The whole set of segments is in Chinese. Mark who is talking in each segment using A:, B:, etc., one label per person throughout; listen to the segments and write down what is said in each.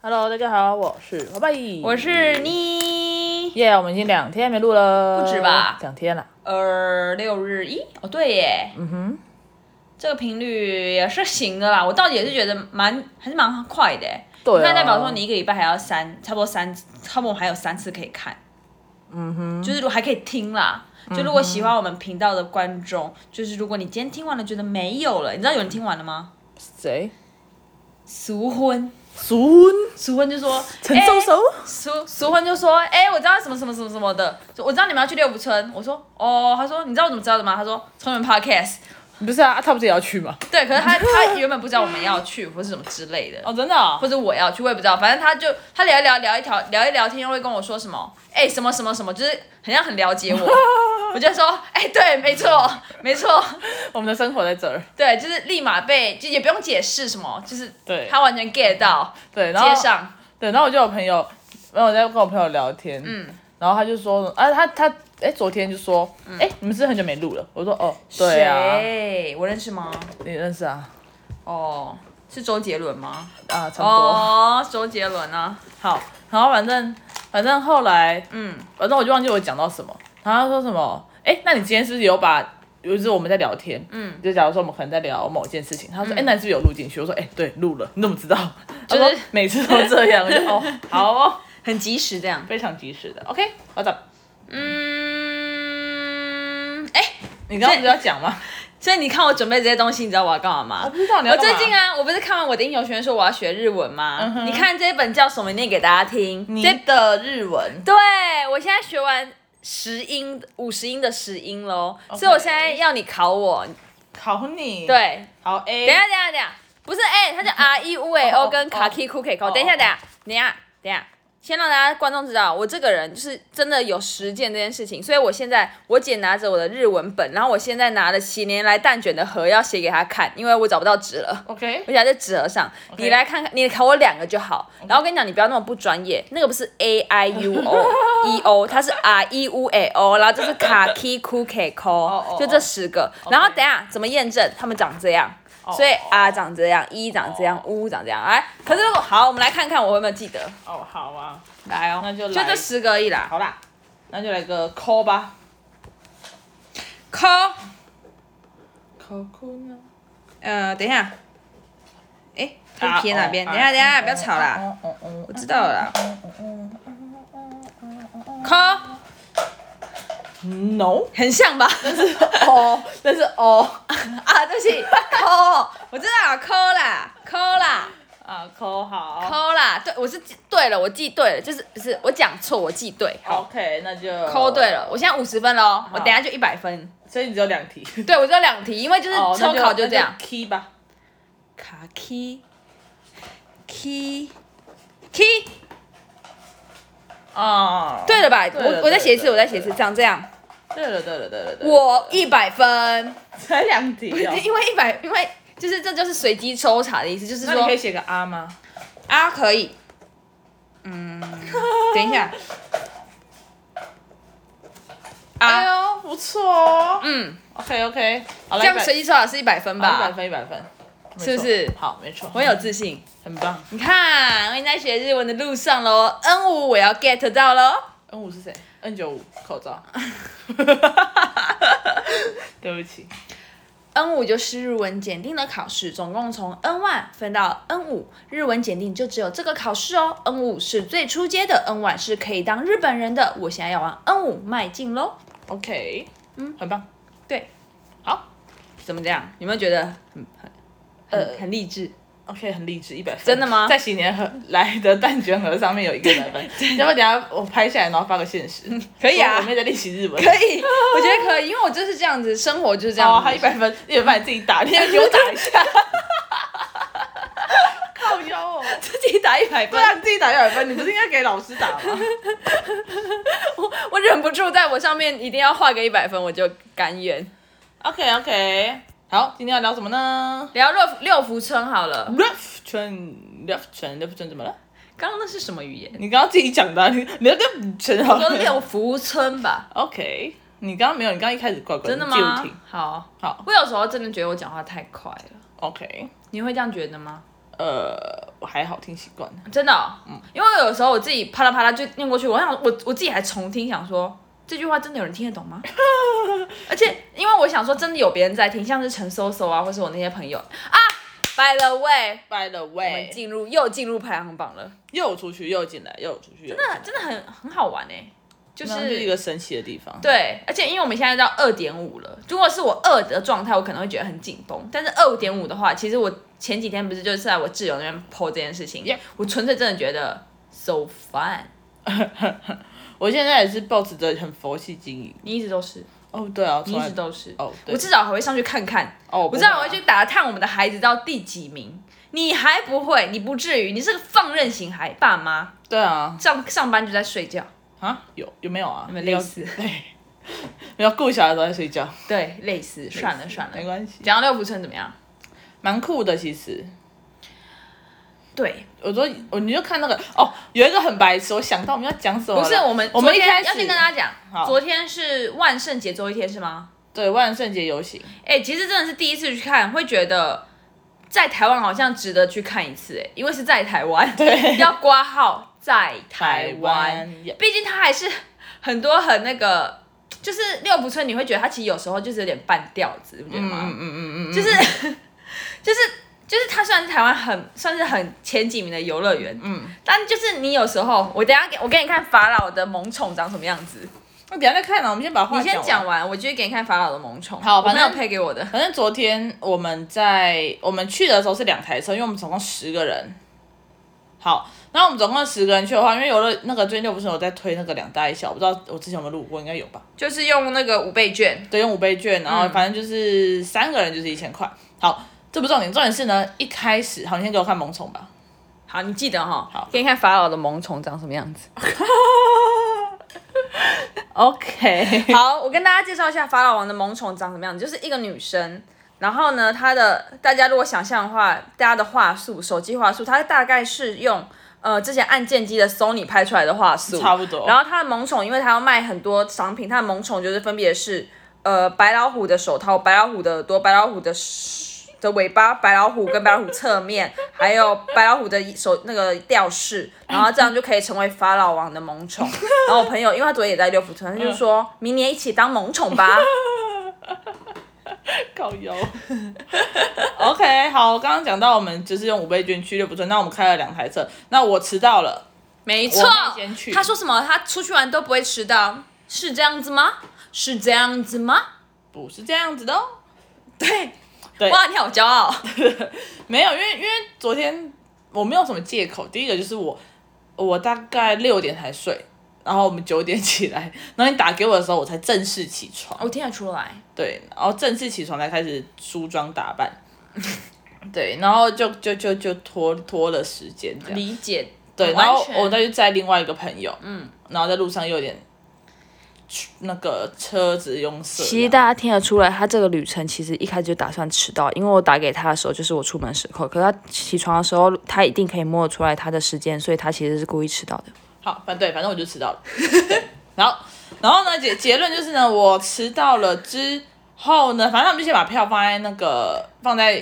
A: Hello，大家好，我是花爸，
B: 我是你，
A: 耶我们已经两天没录了，
B: 不止吧
A: 两天了，
B: 呃，六日一，哦对耶，
A: 嗯哼，
B: 这个频率也是行的啦，我到底也是觉得蛮还是蛮快的耶，
A: 对、啊，
B: 那代表说你一个礼拜还要三，差不多三，差不多还有三次可以看，嗯哼，就是如果还可以听啦。就如果喜欢我们频道的观众，就是如果你今天听完了觉得没有了，你知道有人听完了吗？
A: 谁？
B: 俗婚，
A: 苏
B: 俗婚就说
A: 陈周
B: 欸
A: 手，
B: 苏苏欢就说：“哎、我知道什么什么什么什么的，我知道你们要去六福村。”我说：“哦。”他说：“你知道我怎么知道的吗？”他说：“从你们 podcast。
A: 不是啊，他不是也要去吗？”
B: 对，可是 他他原本不知道我们要去或是什么之类的，啊
A: 哦，真的、哦
B: 或，者我要去，我也不知道。反正他就他聊一聊聊一条聊一聊天，又会跟我说什么：“哎、什么什么什么”，就是很像很了 解我。我就说：“哎、对，没错，没错，
A: 我们的生活在这儿，
B: 对，就是立马被就也不用解释什么，就是
A: 对
B: 他完全 get 到
A: 对，然后
B: 接上。
A: 对，然后我就有朋友，然后我在跟我朋友聊天，嗯，然后他就说，啊，他他，哎、昨天就说，
B: 嗯
A: 哎、你们是不是很久没录了？我说，哦，对啊，
B: 谁我认识吗？
A: 你认识啊？
B: 哦，是周杰伦吗？
A: 啊，差不多。
B: 哦，周杰伦啊，
A: 好，然后反正反正后来，
B: 嗯，
A: 反正我就忘记我讲到什么。然后他说什么？哎，那你今天是不是有把？就是我们在聊天，嗯，就假如说我们可能在聊某件事情，他说，哎、那你是不是有录进去？我说，哎，对，录了，你怎么知道？就
B: 嗯就是
A: 每次都这样，我就哦，好哦，
B: 很及时这样。
A: 非常及时的，OK，我找，
B: 嗯，哎、
A: 你刚刚不是要讲吗？
B: 所以你看我准备这些东西，你知道我要干嘛
A: 我
B: 吗
A: 不？知道哦你要
B: 我
A: 干嘛嗯
B: 最近啊，我不是看完我的应有学院说我要学日文吗？
A: 哼
B: 你看这一本叫什么？念给大家听。这
A: 你的日文，
B: 对我现在学完十音五十音的十音喽所以我现在要你考我。
A: 嗯考你，，
B: 对，
A: 好
B: 等
A: A，
B: 一下等一下等一下，不是哎、它叫 R E U A
A: 哦哦哦
B: O 跟卡 K K 可以考。等一下等一下等一下等一下，先让大家观众知道，我这个人就是真的有实践这件事情，所以我现在我姐拿着我的日文本，然后我现在拿了几年来蛋卷的盒要写给她看，因为我找不到纸 了。
A: ，OK，
B: 我想在纸盒上你来看看，你考我两个就好。然后我跟你讲，你不要那么不专业，那 个不是 A I U O E O，它是 R E U A O，然后这是卡 K K K
A: 哦
B: K，就这十个。然后等一下怎么验证他们长这样？
A: 哦
B: 所以啊 R 长这样，E 长这样，U 长这样。来，可是如果好，我们来看看我有没有记得。
A: 哦，好啊，
B: 来哦，
A: 那就来
B: 就这十个而已啦。
A: 好啦，那就来个 call 吧
B: call，
A: ，call call 呢？
B: 呃，等一下，哎，
A: 啊
B: 它是偏哪边？
A: 哦
B: 等一下，
A: 啊
B: 等一下，不要吵啦，
A: 哦哦哦，
B: 我知道了啦。call，
A: No，
B: 很像 吧？
A: 哦，但是哦，
B: 啊，对不起，抠，我知道，抠啦，抠啦，
A: 啊，扣好
B: 抠啦，对，我是记对了，我记对了，就是不是我讲错，我记对，好，
A: ，OK，那就
B: 抠对，了，我现在五十分喽，我等一下就一百分，
A: 所以你只有两题，
B: 对我只有两题，因为就是
A: 哦，
B: 抽考就这样，
A: ，key 吧，
B: 卡 key key key，
A: 啊，
B: 哦对了吧？
A: 对了
B: 我我再写一
A: 对
B: 次，
A: 了
B: 我再写一次，长这样，
A: 对了，对了，对了，对了，
B: 我一百分，
A: 才两题哦，
B: 因为一百，因为就是这就是随机抽查的意思，就是
A: 那你
B: 说
A: 可以写个 R 吗？
B: 啊，可以。嗯，等一下。
A: 哎
B: 啊，
A: 呦，不错哦
B: 嗯，
A: ，OK OK，好
B: 这
A: 了，
B: 样随机抽考是一百分
A: 一百
B: 吧？
A: 分，一百分，没错
B: 是不是
A: 好，没错，
B: 我有自信。
A: 很棒。
B: 你看，我已经在学日文的路上喽。N 五我要 get 到喽。
A: N 五是谁？N 九五口 罩，对不起，
B: N 五就是日文检定的考试，总共从 N 1分到 N 五，日文检定就只有这个考试哦。N 五是最初阶的，N 1是可以当日本人的。我现在要往 N 五迈进喽。
A: OK，嗯，很棒。
B: 对，
A: 好
B: 怎么这样？有没有觉得很
A: 呃
B: 很很很励志？
A: ，OK，很励志，一百分。
B: 真的吗
A: 在喜年盒来的蛋卷盒上面有一个百 分，要不要等一下我拍下来，然后发个现实？
B: 可以啊
A: 我妹在练习日文。
B: 可以，我觉得可以，因为我就是这样子，生活就是这样
A: 好
B: 子。
A: 啊，他一百分，一百分你自己打，你要 给我打一下。靠腰哦。
B: 自己打一百
A: 对
B: 分，
A: 啊，你自己打一百分，你不是应该给老师打 吗？
B: 我忍不住在我上面一定要画个一百分，我就甘愿。
A: OK OK，好，今天要聊什么呢
B: 聊六六福村好了，
A: ？Left turn, left turn, left turn 怎么了？
B: 刚刚那是什 么语言？
A: 你刚刚自己讲的啊、你你要跟陈好
B: 说六福村吧，
A: OK，你刚刚没有，你刚刚一开始怪怪
B: 真的
A: 你记
B: 吗
A: 不停？
B: 好，
A: 好
B: 我有时候真的觉得我讲话太快了，
A: ，OK，
B: 你会这样觉得吗？
A: 呃，我还好听习惯了。
B: 真的哦、因为有时候我自己啪啦啪啦就念过去，我想我我自己还重听，想说这句话真的有人听得懂吗？ 而且因为我想说真的有别人在听，像是陈搜搜啊，或是我那些朋友啊。By the way，
A: By the
B: 我们
A: way，
B: 进入又进入排行榜了，
A: 又出去又进来，又出去，真
B: 那真的很很好玩哎、就
A: 就是是一个神奇的地方。
B: 对，而且因为我们现在到二点五了，如果是我二的状态，我可能会觉得很紧绷。但是二点五的话，其实我前几天不是就是在我挚友那边 PO 这件事情
A: Yep
B: 我纯粹真的觉得 so fun，
A: 我现在也是保持着很佛系经营。
B: 你一直都是，
A: 哦，对啊，
B: 你
A: 从
B: 一
A: 来
B: 直都是。
A: 哦，对
B: 我至少还会上去看看，
A: 哦，
B: 我
A: 不
B: 至少
A: 会
B: 还
A: 啊
B: 会去打探我们的孩子到第几名。你还不会，你不至于，你是个放任型孩，爸妈
A: 对啊，
B: 上上班就在睡觉，
A: 啊，有有没有啊？
B: 有没有类 似
A: 你要对，你要顾小孩都在睡觉，
B: 对，类似， 算了算
A: 没
B: 了。
A: 关系，
B: 讲到六福村怎么样？
A: 蛮酷的其实。
B: 对，
A: 我说，我你就看那个哦，有一个很白痴，我想到我们要讲什么了。
B: 不是我们，
A: 我们一
B: 昨天
A: 开始
B: 要先跟大家讲，
A: 好
B: 昨天是万圣节最后一天是吗？
A: 对万圣节游行，
B: 哎、其实真的是第一次去看，会觉得在台湾好像值得去看一次，哎，因为是在台湾，
A: 对
B: 要挂号在台湾，
A: 湾也
B: 毕竟它还是很多很那个，就是六福村，你会觉得它其实有时候就是有点半吊子，你不觉得吗？
A: 嗯嗯嗯嗯嗯，
B: 就是就是就是它虽然是台湾很算是很前几名的游乐园，嗯，但就是你有时候，我等一下给我给你看法老的萌宠长什么样子，
A: 那等一下再看了，我们先把话
B: 你先
A: 完
B: 讲完，我继续给你看法老的萌宠，
A: 好
B: 我朋友
A: 反正
B: 配给我的，
A: 反正昨天我们在我们去的时候是两台车，因为我们总共十个人。好，那我们总共十个人去的话，因为有了那个最近六不是有在推那个两大一小，我不知道我之前有没有录过，应该有吧？
B: 就是用那个五倍券，
A: 对，用五倍券，然后
B: 嗯
A: 反正就是三个人就是一千块。好，这不重点，重点是呢，一开始好，你先给我看萌宠吧。
B: 好，你记得哈，
A: 好
B: 给你看法老的萌宠长什么样子。
A: OK，
B: 好，我跟大家介绍一下法老王的萌宠长什么样子，就是一个女生。然后呢，她的大家如果想象的话，大家的话术，手机话术，它大概是用呃之前按键机的 Sony 拍出来的话术，
A: 差不多
B: 然后它的萌宠，因为它要卖很多商品，它的萌宠就是分别是呃白老虎的手套、白老虎的耳朵、白老虎的手的尾巴、白老虎跟白老虎侧面，还有白老虎的手那个吊饰，然后这样就可以成为法老王的萌宠。然后我朋友，因为他昨天也在六福村，他就说明年一起当萌宠吧。
A: 搞油。OK，好，刚刚讲到我们就是用五倍券去六不村，那我们开了两台车，那我迟到了。
B: 没错
A: 我妹先去，
B: 他说什么？他出去玩都不会迟到，是这样子吗？是这样子吗？
A: 不是这样子的、哦，
B: 对，
A: 对
B: 哇，你好骄傲。
A: 没有，因为因为昨天我没有什么借口。第一个就是我我大概六点才睡，然后我们九点起来，然后你打给我的时候，我才正式起床。
B: 我听得出来，
A: 对，然后正式起床才开始梳妆打扮。 对，然后就就就就拖拖了时间这样。
B: 理解。
A: 对，然
B: 完
A: 后
B: 全
A: 我再去载另外一个朋友，嗯，然后在路上又有点那个车子拥塞。
B: 其实大家听得出来，他这个旅程其实一开始就打算迟到，因为我打给他的时候就是我出门时候，可是他起床的时候，他一定可以摸得出来他的时间，所以他其实是故意迟到的。
A: 好，反对，反正我就迟到了。对，然后，然后呢，结结论就是呢，我迟到了之后呢，反正他们就先把票放在那个放在，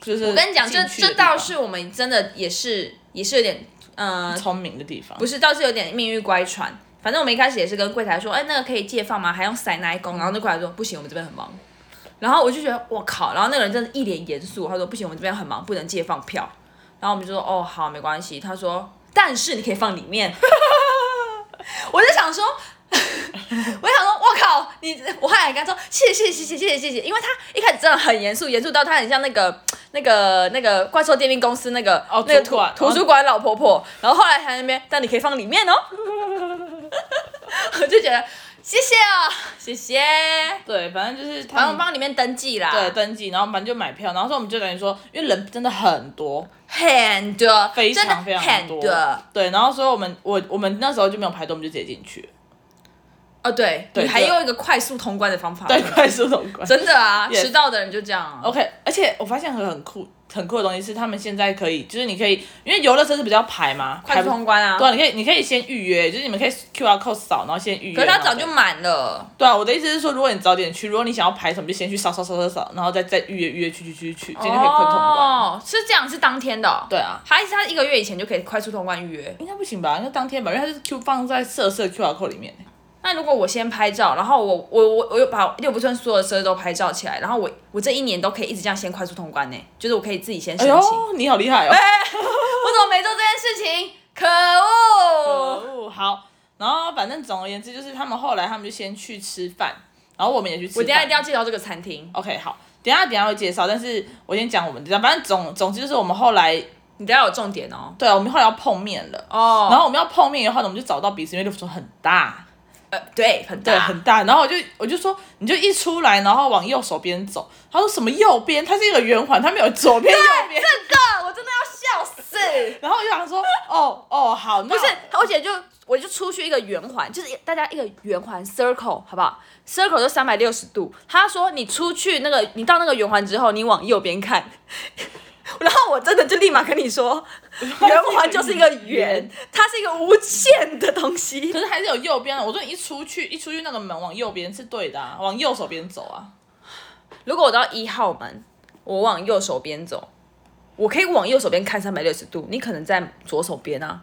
A: 就是
B: 我跟你讲，这
A: 进去的
B: 这
A: 地方
B: 倒是我们真的也是也是有点，呃，
A: 聪明的地方，
B: 不是，倒是有点命运乖传。反正我们一开始也是跟柜台说，哎，那个可以借放吗？还用塞奶工，然后那柜台说不行，我们这边很忙。然后我就觉得我靠，然后那个人真的一脸严肃，他说不行，我们这边很忙，不能借放票。然后我们就说哦好，没关系。他说但是你可以放里面。我就想说，我就想说，我靠，你我后来跟他说谢谢谢谢谢谢谢谢，因为他一开始真的很严肃，严肃到他很像那个那个那个怪兽电力公司那个、
A: 哦
B: 那个
A: 主
B: 图
A: 管
B: 图书馆老婆婆，然后后来还在那边，但你可以放里面哦。 我就觉得谢谢啊、谢谢，
A: 对，反正就是他
B: 然后
A: 们
B: 我帮里面登记啦，
A: 嗯对，登记，然后反正就买票，然后说我们就等于说，因为人真的很多，
B: 很多，
A: 非
B: 真的
A: 常非常
B: 很
A: 多，对，然后所以我们我我们那时候就没有排队，我们就直接进去了。
B: 哦，对，
A: 对
B: 你还
A: 这
B: 用一个快速通关的方法，
A: 对，快速通关。
B: 真的啊，
A: Yes
B: 迟到的人就这样啊。
A: OK，而且我发现很很酷很酷的东西是，他们现在可以，就是你可以，因为游乐设施比较排嘛，
B: 快
A: 排
B: 速
A: 不
B: 通关啊！
A: 对啊，你可以你可以先预约，就是你们可以 QR code 扫，然后先预约。
B: 可是它
A: 然后
B: 早就满了，
A: 对啊，我的意思是说，如果你早点去，如果你想要排什么，就先去扫扫扫扫扫，然后再再预约预约去去去去，这样就可以快通关。
B: 哦，是这样，是当天的哦、
A: 对啊，
B: 还是他一个月以前就可以快速通关预约？
A: 应该不行吧？应该当天吧，因为它是 Q 放在色色 QR code 里面。
B: 那如果我先拍照，然后我我我我又把六不村所有车都拍照起来，然后我我这一年都可以一直这样先快速通关呢、就是我可以自己先
A: 哎
B: 申请。
A: 呦
B: 我，
A: 你好厉害哦！
B: 哎怎么没做这件事情？可恶！
A: 哦，好，然后反正总而言之，就是他们后来他们就先去吃饭，然后我们也去吃
B: 我
A: 饭。
B: 等一下一定要介绍这个餐厅，
A: OK，好，等一下等一下会介绍，但是我先讲我们这样，反正总总之就是我们后来，
B: 你等一下有重点哦。
A: 对啊，我们后来要碰面了。
B: 哦，
A: 然后我们要碰面的话呢，我们就找到彼此，因为六福村很大，
B: 呃，对，很
A: 对，
B: 大，
A: 很大。然后我就我就说，你就一出来，然后往右手边走。他说什么右边？它是一个圆环，它没有左边右边。
B: 这个我真的要笑死。
A: 然后我就想说，哦哦，好，那
B: 不 是，我姐就我就出去一个圆环，就是大家一个圆环 circle 好不好？circle 就三百六十度。她说你出去那个，你到那个圆环之后，你往右边看。 然后我真的就立马跟你说，圆环就是一个圆，它是一个无限的东西
A: 可。是还是有右边啊的。我说你一出去，一出去那个门往右边是对的、啊，往右手边走啊。
B: 如果我到一号门，我往右手边走，我可以往右手边看三百六十度，你可能在左手边啊。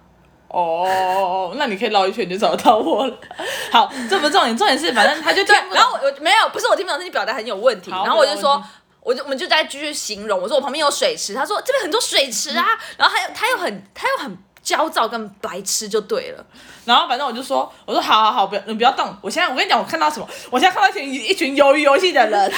A: 哦，那你可以绕一圈你就找得到我了。 好，这不是重点，重点是反正他就
B: 对
A: 对，
B: 然后我我没有，不是我听不懂，是你表达很有问题。
A: 好
B: 然后我就
A: 没有
B: 说
A: 问题，
B: 我就我们就在继续形容，我说我旁边有水池，他说这边很多水池啊，然后他又他又很他又很焦躁跟白痴就对了，
A: 然后反正我就说，我说好好好，不要你不要动。我现在我跟你讲，我看到什么？我现在看到一群一群鱿鱼游戏的人。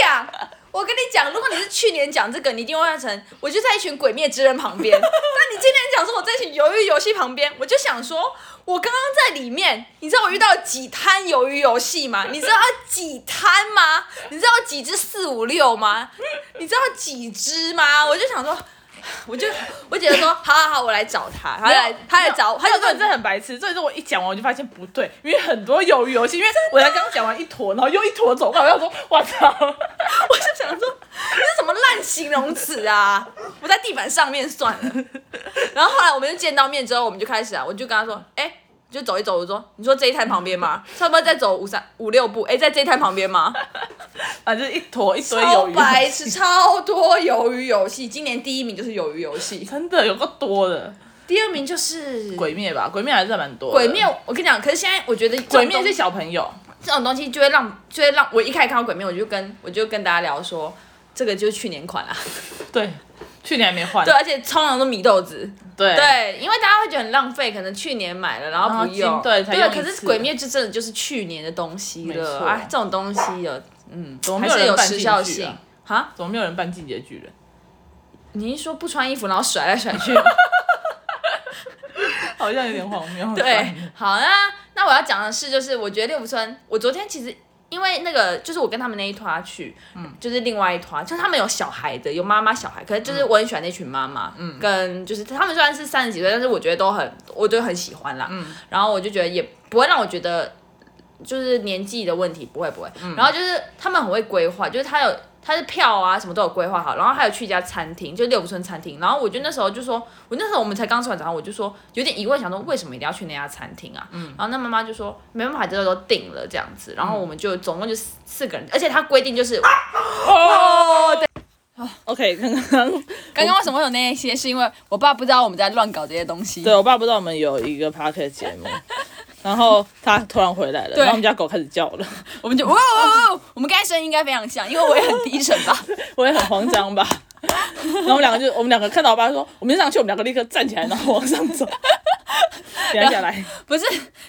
B: 讲。我跟你讲，如果你是去年讲这个，你一定会换成我就在一群鬼灭之人旁 边。但你今年讲说我在一群鱿鱼游戏旁边，我就想说，我刚刚在里面，你知道我遇到几摊鱿鱼游 戏吗？你知道啊几摊吗？你知道几只四五六吗？你知道几只吗？我就想说，我就我姐姐说，好好好，我来找他，他来他来找我，他
A: 他
B: 就
A: 有个
B: 说
A: 人真的很白痴。重点是我一讲完我就发现不对，因为很多鱿鱼游戏，因为我才刚讲完一坨，然后又一坨走过来，我想说，我操！
B: 我就想说，这是什么烂形容词啊！我在地板上面算了。然后后来我们就见到面之后，我们就开始啊，我就跟他说，哎、就走一走。我说，你说这一摊旁边吗？差不多再走五三五六步。哎、在这一摊旁边吗？
A: 反啊正一坨一堆
B: 超
A: 鱿鱼，
B: 白痴，超多鱿鱼游戏。今年第一名就是鱿鱼游戏，
A: 真的有个多的。
B: 第二名就是
A: 鬼灭吧，鬼灭还是蛮多的。
B: 鬼灭。我跟你讲，可是现在我觉得这种
A: 鬼灭
B: 东
A: 是小朋友，
B: 这种东西就会让就会让我一开始看到鬼灭，我就跟我就跟大家聊说，这个就是去年款啊。
A: 对，去年还没换。
B: 对，而且超常都米豆子。
A: 对
B: 对，因为大家会觉得很浪费，可能去年买了，然后
A: 后
B: 不用，
A: 今对才
B: 对，
A: 用一
B: 可是《
A: 次
B: 鬼灭之刃》就是去年的东西
A: 没
B: 了，
A: 错
B: 哎，这种东西有，嗯，
A: 怎么
B: 还
A: 没有
B: 是
A: 人
B: 有
A: 办
B: 时
A: 进
B: 效
A: 去
B: 性
A: 啊
B: 哈，
A: 怎么没有人扮进击的巨人？
B: 你是说不穿衣服然后甩来甩去？
A: 好像有点荒谬。
B: 对， 好，那那我要讲的是，就是我觉得六福村，我昨天其实因为那个，就是我跟他们那一团去，嗯，就是另外一团，就是他们有小孩的，有妈妈小孩，可是就是我很喜欢那群妈妈，嗯，跟就是他们虽然是三十几岁，但是我觉得都很，我都很喜欢啦，嗯，然后我就觉得也不会让我觉得就是年纪的问题，不会不会，然后就是他们很会规划，就是他有。他的票啊，什么都有规划好，然后还有去一家餐厅，就是六福村餐厅。然后我就那时候就说，我那时候我们才刚吃完早餐，我就说有点疑问，想说为什么一定要去那家餐厅啊？然后那妈妈就说没办法，这个都定了这样子。然后我们就总共就四四个人，而且他规定就是
A: 哦，对。OK，刚刚
B: 刚刚为什么会有那些，是因为我爸不知道我们在乱搞这些东西。
A: 对我爸不知道我们有一个 p o c k e t 节目，然后他突然回来了，然后我们家狗开始叫了，
B: 我们就哇哇哇，我们刚才声音应该非常像，因为我也很低沉吧。
A: 我也很慌张吧。然后我们两个就我们两个看到我爸说，我们就上去，我们两个立刻站起来，然后往上走，压下来。
B: 不是，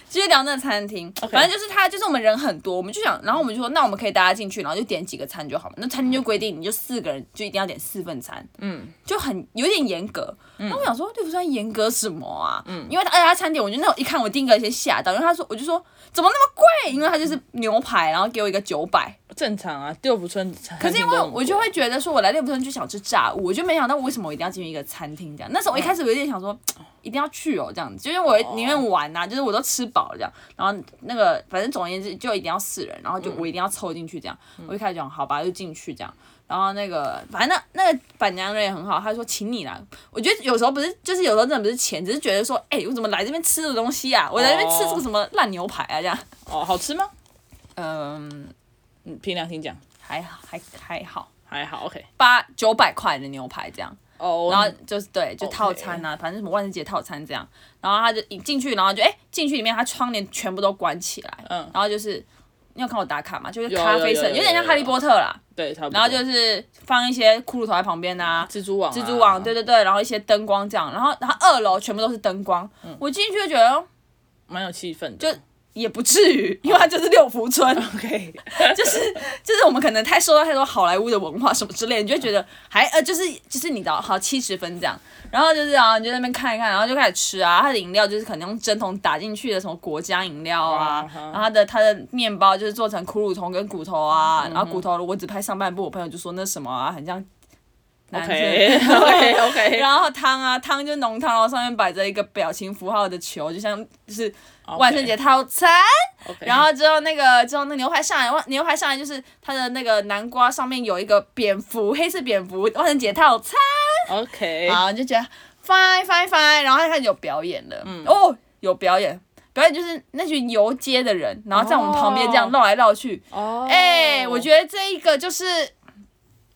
B: 继续聊那个餐厅
A: OK
B: 反正就是他，就是我们人很多，我们就想，然后我们就说，那我们可以大家进去，然后就点几个餐就好嘛。那餐厅就规定，你就四个人就一定要点四份餐，嗯，就很有点严格。那、我想说，六福川严格什么啊？嗯，因为他而且他餐点，我就那种一看我第一个先吓到，因为他说，我就说怎么那么贵？因为他就是牛排，然后给我一个九百，
A: 正常啊，六福村
B: 可
A: 可
B: 是因为我就会觉得说，我来六福村就想吃炸物，我就没想到为什么我一定要进去一个餐厅这样。那时候我一开始有点想说，一定要去哦，这样子，就因为我宁愿玩呐、就是我都吃饱了这样，然后那个反正总而言之就一定要四人，然后就我一定要凑进去这样，我一开始讲好吧就进去这样，然后那个反正那那个板娘人也很好，她说请你啦，我觉得有时候不是就是有时候真的不是钱，只是觉得说哎、我怎么来这边吃的东西啊，我来这边吃这个什么烂牛排啊这样，
A: 哦，好吃吗？
B: 嗯，
A: 嗯，凭良心讲，
B: 还好还还好，
A: 还好，OK。
B: 八九百块的牛排这样。
A: 哦，
B: 然后就是对，就套餐啊，反正什么万圣节套餐这样。然后他就一进去，然后就哎进、去里面，他窗帘全部都关起来。
A: 嗯
B: 然后就是你有看我打卡嘛，就是
A: 有
B: 咖啡色，
A: 有有有
B: 点像哈利波特啦。
A: 对，差不多。
B: 然后就是放一些骷髅头在旁边啊，
A: 蜘蛛网、
B: 蜘蛛网，对，对对，然后一些灯光这样。然后然后二楼全部都是灯光，
A: 嗯
B: 我进去就觉得
A: 蛮有气氛的。
B: 就也不至于，因为它就是六 福村。
A: OK，
B: 就是就是我们可能太受到太多好莱坞的文化什么之类的，你就会觉得还呃就是就是你知道好七十分这样，然后就是啊你就在那边看一看，然后就开始吃啊，它的饮料就是可能用针筒打进去的什么国家饮料
A: 哇
B: 啊
A: 哈嗯
B: 然后它的它的面包就是做成骷髅头跟骨头啊，然后骨头我只拍上半部，我朋友就说那什么啊很像男生。
A: OK，OK，OK，、
B: 然后汤啊，汤就浓汤，然后上面摆着一个表情符号的球，就像就是万圣节套餐。
A: OK，
B: 然后之后那个之后那牛排上来，哇，牛排上来就是它的那个南瓜上面有一个蝙蝠，黑色蝙蝠万圣节套餐，
A: OK，
B: 然后就觉得 fine fine fine，然后它开始有表演了，
A: 嗯
B: 哦，有表演，表演就是那群游街的人，然后在我们旁边这样
A: 哦
B: 绕来绕去，
A: 哦，
B: 哎、我觉得这一个就是，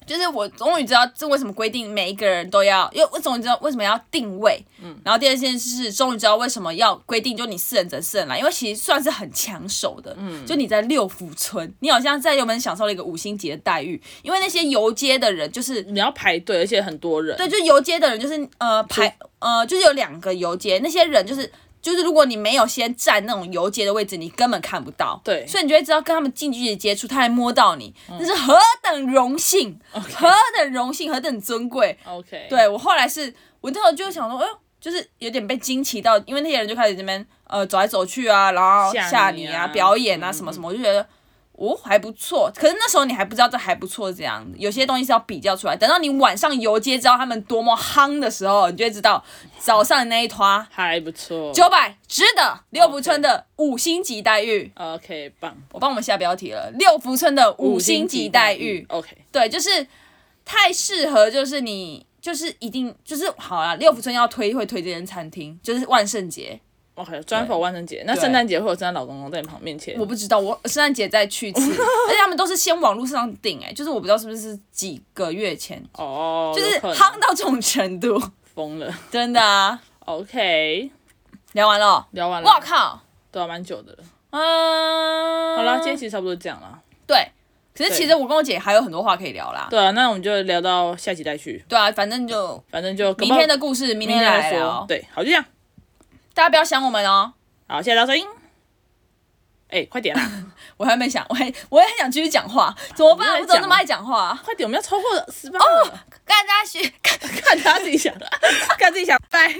B: 就是我终于知道这为什么规定每一个人都要，因为我终于知道为什么要定位。嗯，然后第二件事是，终于知道为什么要规定，就你四人整四人来，因为其实算是很抢手的。嗯，就你在六福村，你好像在油门享受了一个五星级的待遇，因为那些游街的人就是
A: 你要排队，而且很多人。
B: 对，就游街的人就是呃排呃就是有两个游街，那些人就是就是如果你没有先站那种游街的位置，你根本看不到。
A: 对嗯
B: 所以你就会知道跟他们近距离接触，他还摸到你，那是何等荣幸，何等荣幸，何等尊贵。
A: OK，，
B: 对我后来是，我那时候就想说，哎呦，就是有点被惊奇到，因为那些人就开始这边呃走来走去啊，然后
A: 吓
B: 吓
A: 你
B: 你
A: 啊
B: 啊、表演啊
A: 嗯
B: 什么什么，我就觉得。哦，还不错。可是那时候你还不知道这还不错这样，有些东西是要比较出来。等到你晚上游街，知道他们多么夯的时候，你就会知道早上的那一团
A: 还不错。
B: 九百值得六福村的五星级待遇。
A: OK，棒，
B: 我帮我们下标题了，六福村的五星级待遇。
A: OK，
B: 对，就是太适合，就是你就是一定就是好啦，六福村要推会推这间餐厅，就是万圣节，
A: OK，专访万圣节，那圣诞节会有圣诞老公公在你旁面前
B: 我。不知道我圣诞节再去一 次，而且他们都是先网络上订，哎，就是我不知道是不是几个月前，
A: 哦，
B: 就是
A: 有可能
B: 夯到这种程度，
A: 疯了。
B: 真的啊，
A: OK，
B: 聊完了，
A: 聊完了，
B: 我靠，
A: 对啊，蛮久的了。
B: 嗯，
A: 好啦，今天其实差不多这样啦。
B: 对，可是其实
A: 对
B: 我跟我姐还有很多话可以聊啦，
A: 对啊，那我们就聊到下集再去，
B: 对啊，反正就
A: 反正就
B: 明天的故事明
A: 明
B: 天
A: 天
B: 来哦
A: 再
B: 聊
A: 说。，对，好，就这样。
B: 大家不要想我们哦，
A: 好，谢谢大家收听。哎、快点啦！
B: 我还没想，我还我也很想继续讲话，怎么办？
A: 你
B: 我
A: 在
B: 怎么那
A: 讲
B: 么
A: 吗
B: 爱讲话 啊？
A: 快点，我们要
B: 哦
A: 超过十分钟了，
B: 大家学。
A: 看他自己想，看自己想，拜。